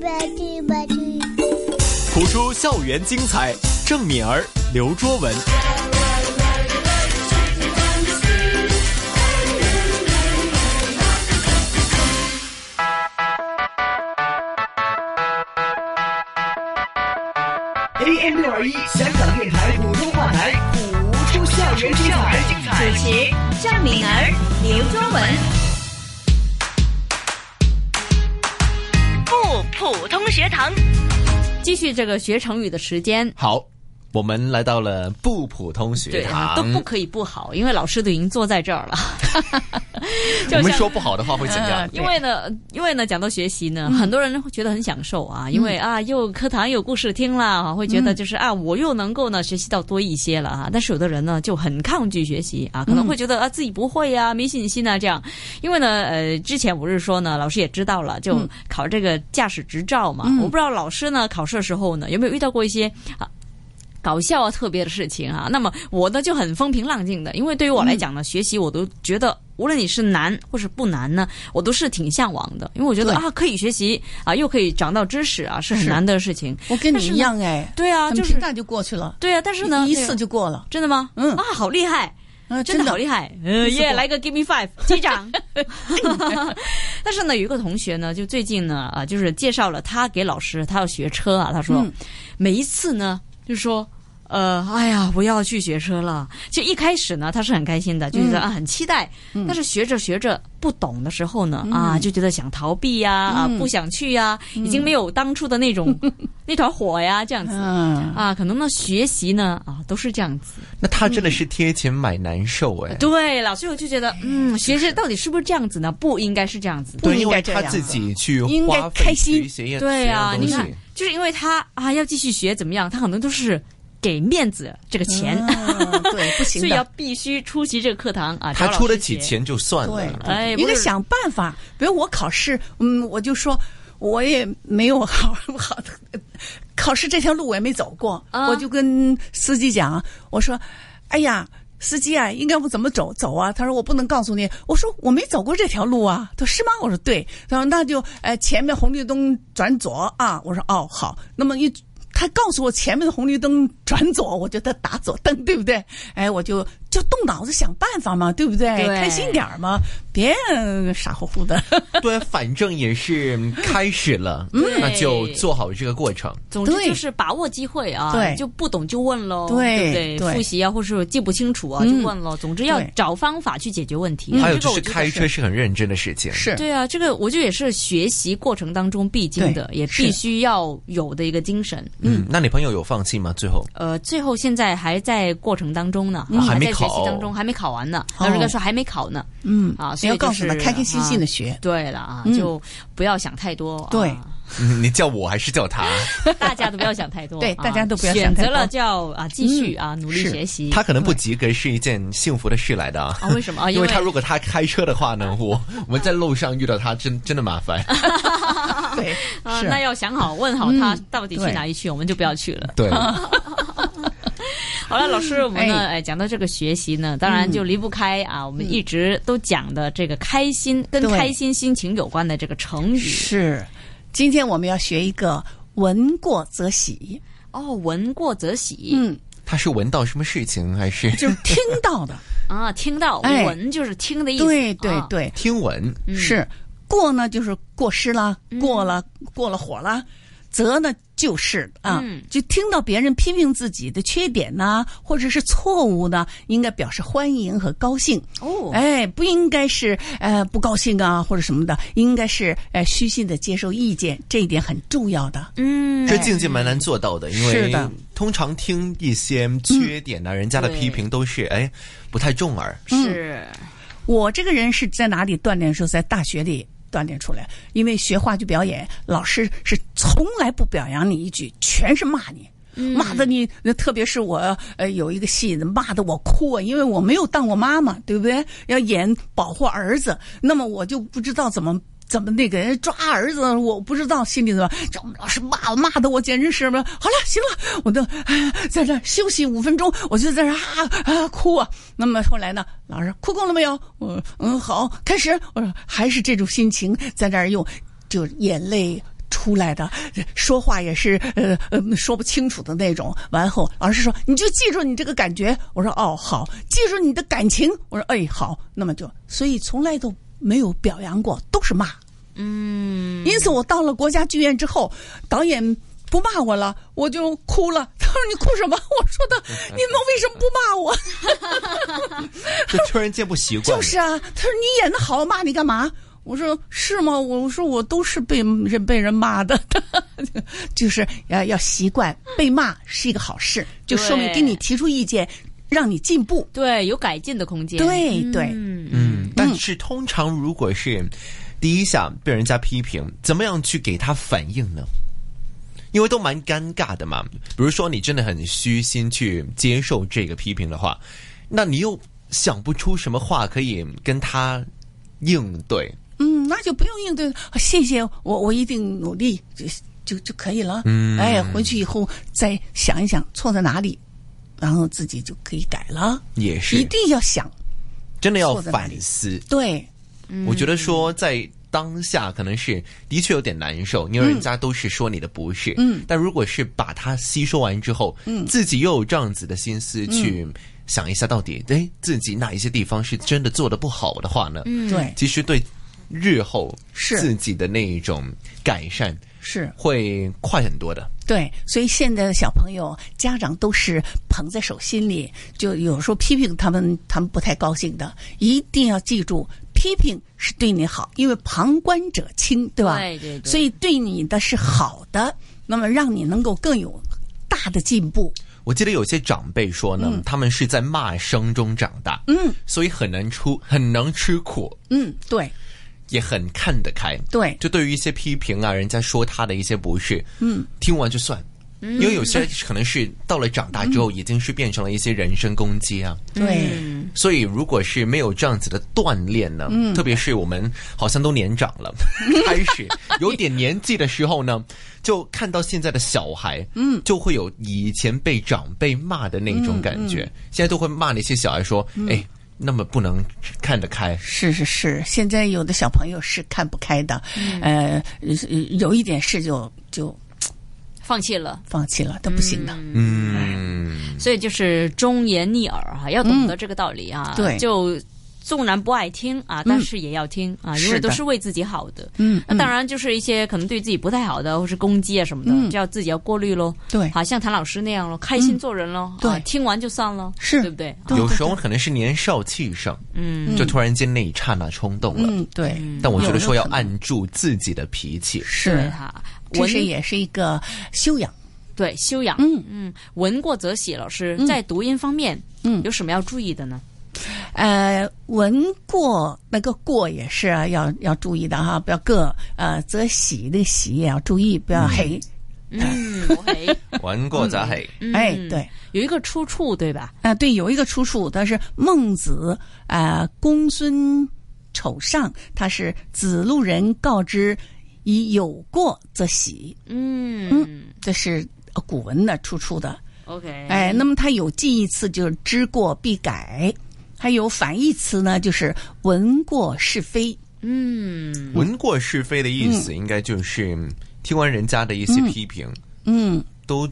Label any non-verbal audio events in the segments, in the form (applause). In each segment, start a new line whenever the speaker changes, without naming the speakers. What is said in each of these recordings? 吧去吧去。
谱出校园精彩，郑敏儿、刘卓文。
AM 六二一香港电台普通话台，谱出校园精彩。
主持郑敏儿、刘卓文。不普通学堂，
继续这个学成语的时间。
好，我们来到了不普通学
对
堂，嗯
啊，都不可以不好，因为老师都已经坐在这儿了。就
我们
像
说不好的话会怎样
呃？因为呢，因为呢，讲到学习呢，很多人会觉得很享受啊，因为啊，又课堂有故事听啦，啊会觉得就是啊，我又能够呢学习到多一些了啊。但是有的人呢就很抗拒学习啊，可能会觉得啊自己不会呀、没信心啊这样。因为呢，呃，之前我是说呢，老师也知道了，就考这个驾驶执照嘛。我不知道老师呢考试的时候呢有没有遇到过一些啊搞笑啊、特别的事情啊。那么我呢就很风平浪静的，因为对于我来讲呢，学习我都觉得，无论你是难或是不难呢，我都是挺向往的，因为我觉得啊，可以学习啊，又可以长到知识啊，是很
是
难的事情。
我跟
但
你
是呢
一样哎，
对啊，
很
就是
平淡就过去了，
对啊，但是呢，
一
对啊
次就过了，
真的吗？
嗯
啊，好厉害！
啊，
真的
的
好厉害，呃，
试过
耶，来个 give me five，击掌。 (laughs) 但是呢，有一个同学呢，就最近呢，啊，就是介绍了他给老师，他要学车啊，他说、
嗯
每一次呢，就说。呃，哎呀，我要去学车了。就一开始呢，他是很开心的，就觉得、啊很期待。但是学着学着不懂的时候呢，啊，就觉得想逃避呀、啊，不想去呀、已经没有当初的那 (laughs) 种、那团火呀，这样子
嗯，
啊，可能呢学习呢啊都是这样子。
那他真的是贴钱买难受哎。
对了，所以我就觉得，嗯，学生到底是不是这样子呢？不应该是这样子。
对，因
应
为
该这
他
样
自己去
应该
花费
开心
学习一
对啊，
样
你
东西
看，就是因为他啊要继续学怎么样，他可能都是给面子这个钱， (laughs)
啊对，不行
所以要
的，
必须出席这个课堂啊。
他
找老师
出得起
学，
钱就算
对
了，，
哎
应
不
该
是
想办法。比如我考试，嗯，我就说我也没有好好的考试这条路我也没走过，
啊
我就跟司机讲，我说，哎呀。司机啊，应该我怎么走走啊？他说我不能告诉你。我说我没走过这条路啊。他说是吗？我说对。他说那就呃前面红绿灯转左啊。我说哦好。那么一他告诉我前面的红绿灯转左，我就得打左灯， (laughs) 对不对？哎，我就就动脑子想办法嘛，对不对？
对
开心点儿嘛，别嗯傻乎
(laughs)
乎的。
对，反正也是嗯开始了，
嗯
那就做好这个过程。
总之
对
就是把握机会啊，
对
就不懂就问喽，
对
不对？
对嗯
复习啊，或是记不清楚啊，就问喽。总之要
对
找方法去解决问题。
还有
嗯这
就
个
是
我觉得
开车是很认真的事情，
是
对啊，这个我觉得也是学习过程当中必经的，
对
也
是
必须要有的一个精神。
嗯，那你朋友有放弃吗？最后
呃，最后现在还在过程当中呢，
嗯还没
在学
考
习当中，还没考完呢。
哦
老师刚说还没考呢，
嗯
啊，所
你
以
要告诉他
就是
开开心心的
啊
学。
对了啊，
嗯
就不要想太多。
对
啊
嗯你叫我还是叫他？
(laughs) 大家都不要想太
(laughs)
多。
对
啊
大家都不要
选
想太
择
多嗯
了就要啊，继续啊，努力
是
学习。
他可能不及格是一件幸福的事来的啊。
啊，为什么啊？
因
为
为他如果他开车的话呢，我我们在路上遇到他真真的麻烦。
对，
啊，
是
那要想好问好他
嗯
到底去
对
哪里去，我们就不要去了。
对，
好了，老师，我们呢，
哎嗯
哎，讲到这个学习呢，当然就离不开啊，我们一直都讲的这个开心，跟
对
开心心情有关的这个成语
是。今天我们要学一个闻过则喜，
哦，闻过则喜，
嗯，
他是闻到什么事情还是
就是听到的。
啊，听到
哎
闻就是听 (laughs) 的意思，
对对
啊，
对，
听闻？
是过呢，就是过失啦，
嗯
过了过了火啦。则呢，就是啊，
嗯
就听到别人批评自己的缺点呐、或者是错误呢，应该表示欢迎和高兴。
哦，
哎，不应该是呃不高兴啊或者什么的，应该是呃虚心的接受意见，这一点很重要的。
嗯，
这境界蛮难做到的，因
是
为
的
通常听一些缺点啊，人家的批评都是哎不太中耳。
嗯
是
我这个人是在哪里锻炼？说在大学里锻炼出来，因为学话剧表演，老师是从来不表扬你一句，全是骂你。
嗯
骂的你，那特别是我，呃，有一个戏骂的我哭啊，因为我没有当过妈妈，对不对？要演保护儿子，那么我就不知道怎么怎么那个抓儿子，我不知道心里怎么，这老师骂我骂的我简直是好了，行了，我都、哎在这儿休息五分钟，我就在这儿啊啊哭啊。那么后来呢，老师哭够了没有？我嗯好，开始，我说还是这种心情，在这儿用，就眼泪。出出来的，说话也是呃呃说不清楚的那种。完后，老师说你就记住你这个感觉，我说哦好，记住你的感情，我说哎好，那么就所以从来都没有表扬过，都是骂。嗯，因此我到了国家剧院之后，导演。不骂我了，我就哭了。他说：“你哭什么？”我说的：“你们为什么不骂我？”
这突然间不习惯了，
就是啊，他说你演的好，骂你干嘛？我说是吗？我说我都是被人被人骂的， (laughs) 就是要要习惯被骂是一个好事，就说明
对
给你提出意见，让你进步。
对，有改进的空间。
对对，
嗯，
嗯，但是通常如果是第一下被人家批评，怎么样去给他反应呢？因为都蛮尴尬的嘛。比如说你真的很虚心去接受这个批评的话，那你又想不出什么话可以跟他应对。
嗯，那就不用应对，谢谢我，我一定努力就就就可以了。
嗯
哎，回去以后再想一想错在哪里，然后自己就可以改了。
也是，
一定要想
真的要
错在哪
反
里
思。
对，嗯
我觉得说在当下可能是的确有点难受，因为人家都是说你的不是，嗯，但如果是把它吸收完之后，嗯，自己又有这样子的心思去想一下，到底哎自己哪一些地方是真的做的不好的话呢？嗯，
对
其实对日后
是
自己的那一种改善
是。
会快很多的。
对，所以现在的小朋友家长都是捧在手心里，就有时候批评他们，他们不太高兴的。一定要记住，批评是对你好，因为旁观者清，对吧？
对对对
所以对你的是好的，那么让你能够更有大的进步。
我记得有些长辈说呢，他们是在骂声中长大，
嗯，
所以很能出，很能吃苦，
嗯，对
也很看得开，
对
就对于一些批评啊，人家说他的一些不是，嗯，听完就算。因为有些可能是到了长大之后，已经是变成了一些人身攻击啊，
对，
嗯
所以如果是没有这样子的锻炼呢，特别是我们好像都年长 (laughs) 了，开始有点年纪的时候呢，就看到现在的小孩，嗯，就会有以前被长辈骂的那种感觉，现在都会骂那些小孩说，哎，那么不能看得开，
是是是，现在有的小朋友是看不开的，
嗯
呃，有一点事就就
放弃了。
放弃了，都不行的。
嗯。
所以就是忠言逆耳哈、要懂得这个道理啊。
嗯对嗯
就纵然不爱听啊，但是也要听、啊，因
是
为
的
都是为自己好的。
嗯
那当然就是一些可能对自己不太好的，或是攻击啊什么的，就要自己要过滤喽。
嗯对嗯
好、像谭老师那样咯，开心做人咯，
对
啊，听完就算了，
是
对不对？
对
有时候可能是年少气盛，嗯，就突然间那一刹那冲动了。
嗯，对，
但我觉得
有
说要
可能
按住自己的脾气，
对
是
哈，
这
文
是也是一个修养。
对修养，
嗯
嗯，文过则喜。老师、在读音方面，
嗯
有什么要注意的呢？
呃，文过那个过也是啊，要要注意的哈，不要各呃则喜那个喜也要注意，不要黑。
嗯，我嘿
玩过咋嘿？
嗯
哎，对，
(laughs) 有一个出处对吧？
啊、对，有一个出处，但是孟子啊，公孙丑上，他是子路人告知以有过则喜，
嗯
这是呃古文的出处的。
o k
哎，那么它有近义词，就是知过必改；还有反义词呢，就是闻过是非。
嗯，
闻过是非的意思，应该就是听完人家的一些批评，
嗯
都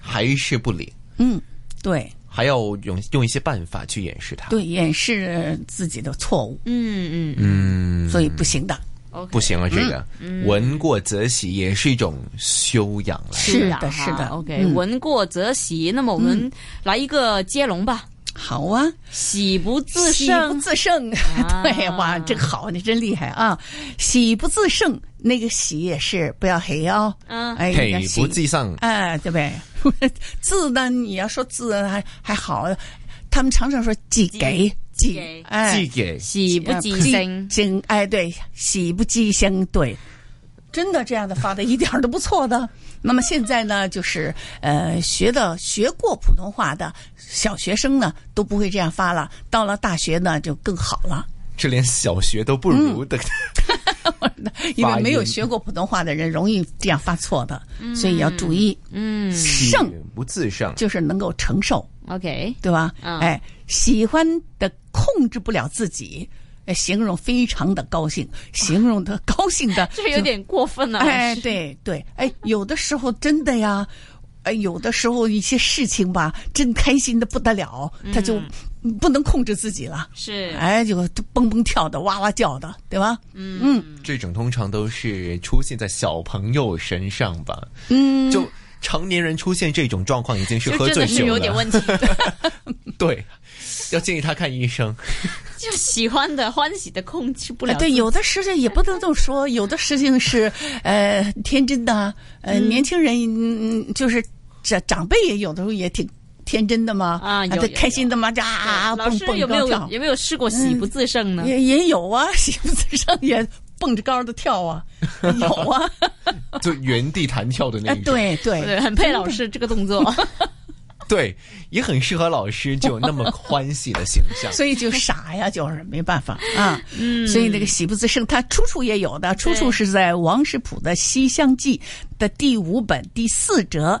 还是不理，
嗯，对
还要用用一些办法去掩饰它。
对，掩饰自己的错误，
嗯嗯
嗯，
所以不行的。
，OK，
不行啊了，这个
嗯
闻过则喜也是一种修养了。
是
啊
的
哈
是的
，OK，
嗯
闻过则喜。那么我们来一个接龙吧，
好啊，
喜不自
喜不
胜，
自胜。
啊
(laughs) 对，哇，这个好，你真厉害啊！喜不自胜，那个喜也是不要黑哦。
嗯
哎，
嘿
那，喜
不记上
哎，对不对？ (laughs) 字呢，你要说字还还好，他们常常说己给己
给，
哎，
寄给
喜不
呃
自胜。
生哎，对，喜不记生，对，真的这样的发的一点儿都不错的。那么现在呢，就是呃，学的学过普通话的小学生呢，都不会这样发了。到了大学呢，就更好了，
这连小学都不
嗯
如的。
因
发
为
音
没有学过普通话的人容易这样发错的，所以要注意。嗯，
喜
胜
不自胜，
就是能够承受，
OK，
对吧？
嗯，
哎，喜欢的控制不了自己，呃形容非常的高兴，形容的高兴的
(laughs) 这有点过分了、
哎，对对，哎，有的时候真的呀，哎，有的时候一些事情吧，真开心的不得了，他就不能控制自己了，
嗯是
哎，就蹦蹦跳的，哇哇叫的，对吧？
嗯
这种通常都是出现在小朋友身上吧？
嗯，
就成年人出现这种状况已经是
就
喝
真
醉
的是
酒
有
了，
点问 (laughs) 题。
(laughs) 对，要建议他看医
(laughs)
生。
就喜欢的、欢喜的控制不
哎
了。
对，有的事情也不能这么说，有的事情是呃天真的，呃、年轻人嗯就是长长辈也有的时候也挺天真的嘛，
啊有
对
有
开心
有
的嘛，这啊
老
蹦
师
蹦
有没有
高跳
有没有试过喜不自胜呢？
也也有啊， (laughs) 喜不自胜也蹦着高的跳
(laughs)
啊，有啊，
就原地弹跳的那
哎
一种。
对对，
啊
嗯
对，很配老师这个动作。
对，也很适合老师就有那么欢喜的形
(laughs)
象。
所以就傻呀， (laughs) 就是没办法啊。嗯，所以那个喜不自胜，它出处也有的，出处是在王实甫的《西厢记》的第五本第四折，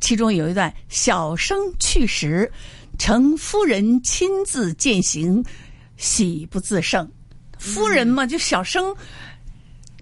其中有一段：“小生去时，承夫人亲自践行，喜不自胜。”夫人嘛，就小生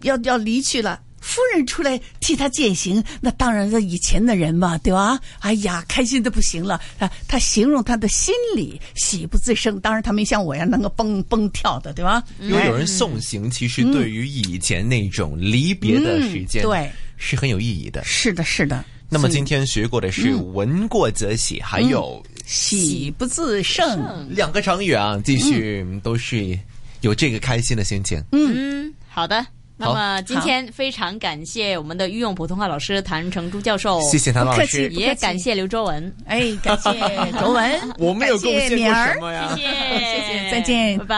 要要离去了。夫人出来替他践行，那当然是以前的人嘛，对吧？哎呀，开心的不行了啊！他形容他的心理喜不自胜，当然他没像我一样能够蹦蹦跳的，对吧？
因为有人送行，其
嗯
实对于以前那种离别的时间，
嗯对，
是很有意义的。
是的，是的，
那么今天学过的是闻过则喜，还有
喜不自胜。
嗯
两个成语啊，继续都是有这个开心的心情。
嗯，好的。那么今天非常感谢我们的御用普通话老师谭成珠教授，
谢谢谭老
哦不客
师
气，
也感谢刘卓文，
(laughs) 哎，感谢卓文，
我们有贡
感谢
献
敏
过
儿
什么呀？
谢谢
谢再见
拜拜。